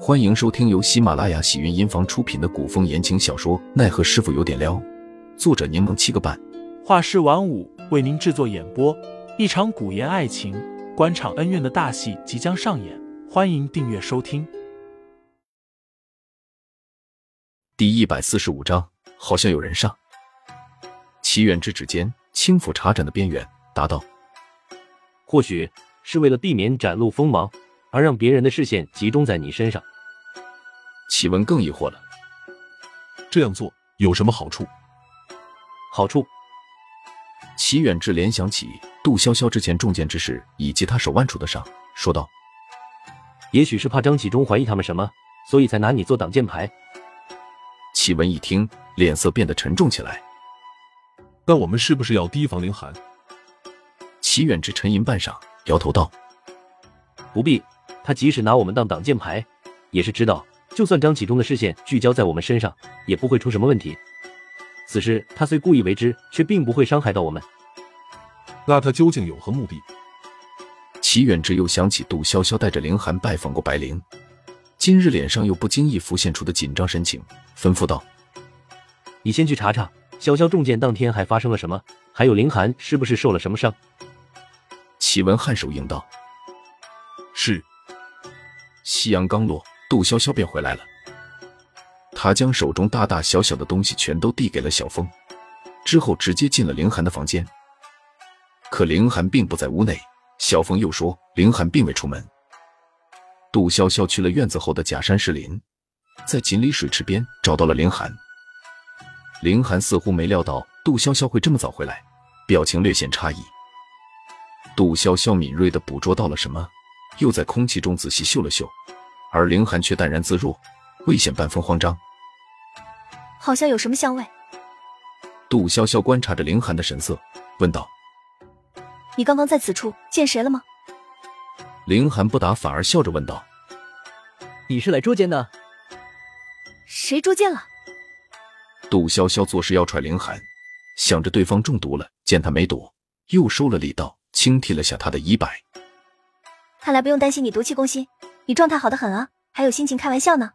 欢迎收听由喜马拉雅喜云音房出品的古风言情小说《奈何师傅有点撩》，作者柠檬七个半，画师晚舞为您制作演播。一场古言爱情、官场恩怨的大戏即将上演，欢迎订阅收听。第一百四十五章，好像有人上。齐远之指尖轻抚茶盏的边缘，答道或许是为了避免展露锋芒，而让别人的视线集中在你身上。：“启文更疑惑了。这样做有什么好处？好处，”齐远之联想起杜潇潇之前中箭之事以及他手腕处的伤，说道也许是怕张启忠怀疑他们什么，所以才拿你做挡箭牌。：“启文一听，脸色变得沉重起来。但我们是不是要提防凌寒？”齐远之沉吟半晌，摇头道不必，他即使拿我们当挡箭牌，也是知道，就算张启忠的视线聚焦在我们身上，也不会出什么问题。此事他虽故意为之，却并不会伤害到我们。那他究竟有何目的？：“齐远之又想起杜潇潇带着凌寒拜访过白灵，今日脸上又不经意浮现出的紧张神情，吩咐道。”你先去查查，潇潇中箭当天还发生了什么，还有凌寒是不是受了什么伤？齐文颔首应道是：“夕阳刚落，杜潇潇便回来了。”他将手中大大小小的东西全都递给了小峰，之后直接进了凌寒的房间。可凌寒并不在屋内，小峰又说凌寒并未出门。杜潇潇去了院子后的假山石林，在锦里水池边找到了凌寒。凌寒似乎没料到杜潇潇会这么早回来，表情略显诧异。杜潇潇敏锐地捕捉到了什么，又在空气中仔细嗅了嗅，而凌寒却淡然自若，未显半分慌张。好像有什么香味。杜潇潇观察着凌寒的神色，问道你刚刚在此处见谁了吗？：“凌寒不答，反而笑着问道你是来捉奸的？谁捉奸了？？”杜潇潇做事要踹凌寒，想着对方中毒了，见他没躲，又收了礼道，轻踢了下他的衣摆。看来不用担心你毒气攻心，你状态好的很啊，还有心情开玩笑呢。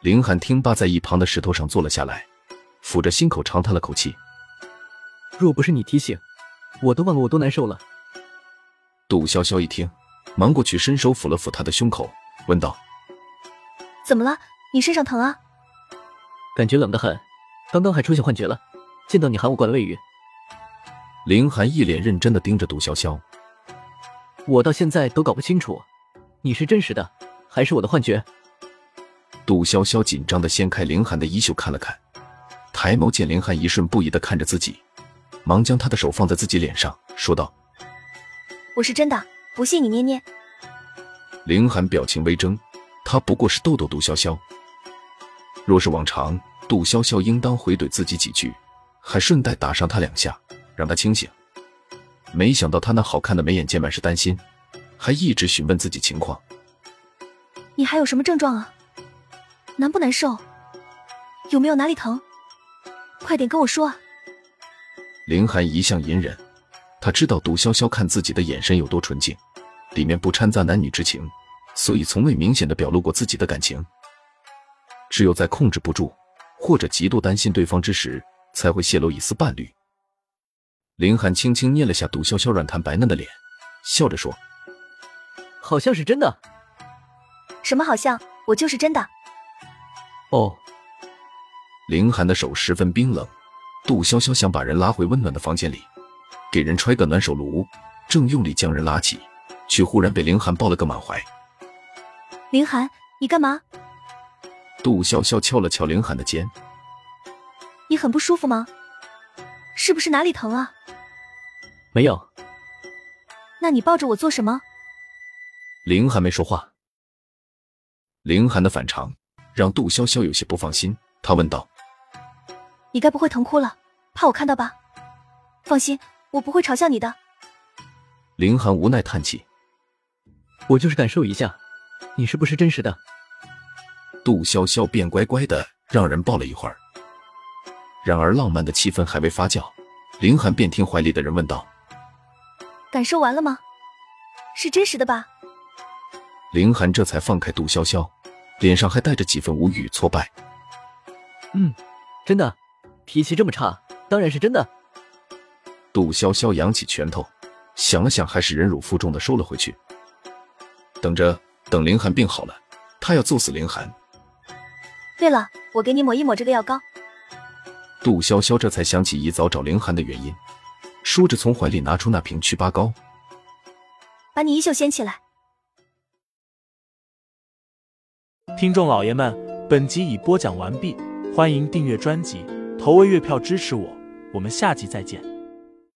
凌寒听罢，在一旁的石头上坐了下来，抚着心口长叹了口气。若不是你提醒，我都忘了我多难受了。杜潇潇一听，忙过去伸手抚了抚他的胸口，问道怎么了？你身上疼啊？感觉冷得很，刚刚还出现幻觉了。见到你喊我管了喂鱼，：“凌寒一脸认真地盯着杜潇潇。”我到现在都搞不清楚，你是真实的还是我的幻觉？杜潇潇紧张地掀开凌寒的衣袖看了看，抬眸见凌寒一瞬不移地看着自己，忙将他的手放在自己脸上，说道我是真的，不信你捏捏。：“凌寒表情微怔，他不过是逗逗杜潇潇。若是往常，杜潇潇应当回怼自己几句，还顺带打上他两下，让他清醒。没想到他那好看的眉眼间满是担心，还一直询问自己情况。你还有什么症状啊？难不难受？有没有哪里疼？快点跟我说啊！凌寒一向隐忍，他知道杜潇潇看自己的眼神有多纯净，里面不掺杂男女之情，所以从未明显的表露过自己的感情。只有在控制不住或者极度担心对方之时，才会泄露一丝半缕。凌寒轻轻捏了下杜潇潇软弹白嫩的脸，笑着说好像是真的什么好像？我就是真的。哦。：“凌寒的手十分冰冷。”杜潇潇想把人拉回温暖的房间里，给人揣个暖手炉，正用力将人拉起，却忽然被凌寒抱了个满怀。凌寒，你干嘛？杜潇潇敲了敲凌寒的肩，你很不舒服吗？是不是哪里疼啊？没有，那你抱着我做什么？凌寒没说话。凌寒的反常让杜潇潇有些不放心，她问道你该不会疼哭了，怕我看到吧？放心，我不会嘲笑你的。：“凌寒无奈叹气。我就是感受一下，你是不是真实的？”杜潇潇便乖乖的让人抱了一会儿。然而浪漫的气氛还未发酵，凌寒便听怀里的人问道感受完了吗？是真实的吧？：“凌寒这才放开杜潇潇，脸上还带着几分无语与挫败。嗯，真的，脾气这么差，当然是真的。杜潇潇扬起拳头，想了想，还是忍辱负重的收了回去。等着，等凌寒病好了，他要揍死凌寒。对了，我给你抹一抹这个药膏。杜潇潇这才想起一早找凌寒的原因，说着从怀里拿出那瓶祛疤膏。把你衣袖掀起来。听众老爷们，本集已播讲完毕，欢迎订阅专辑，投喂月票支持我，我们下集再见。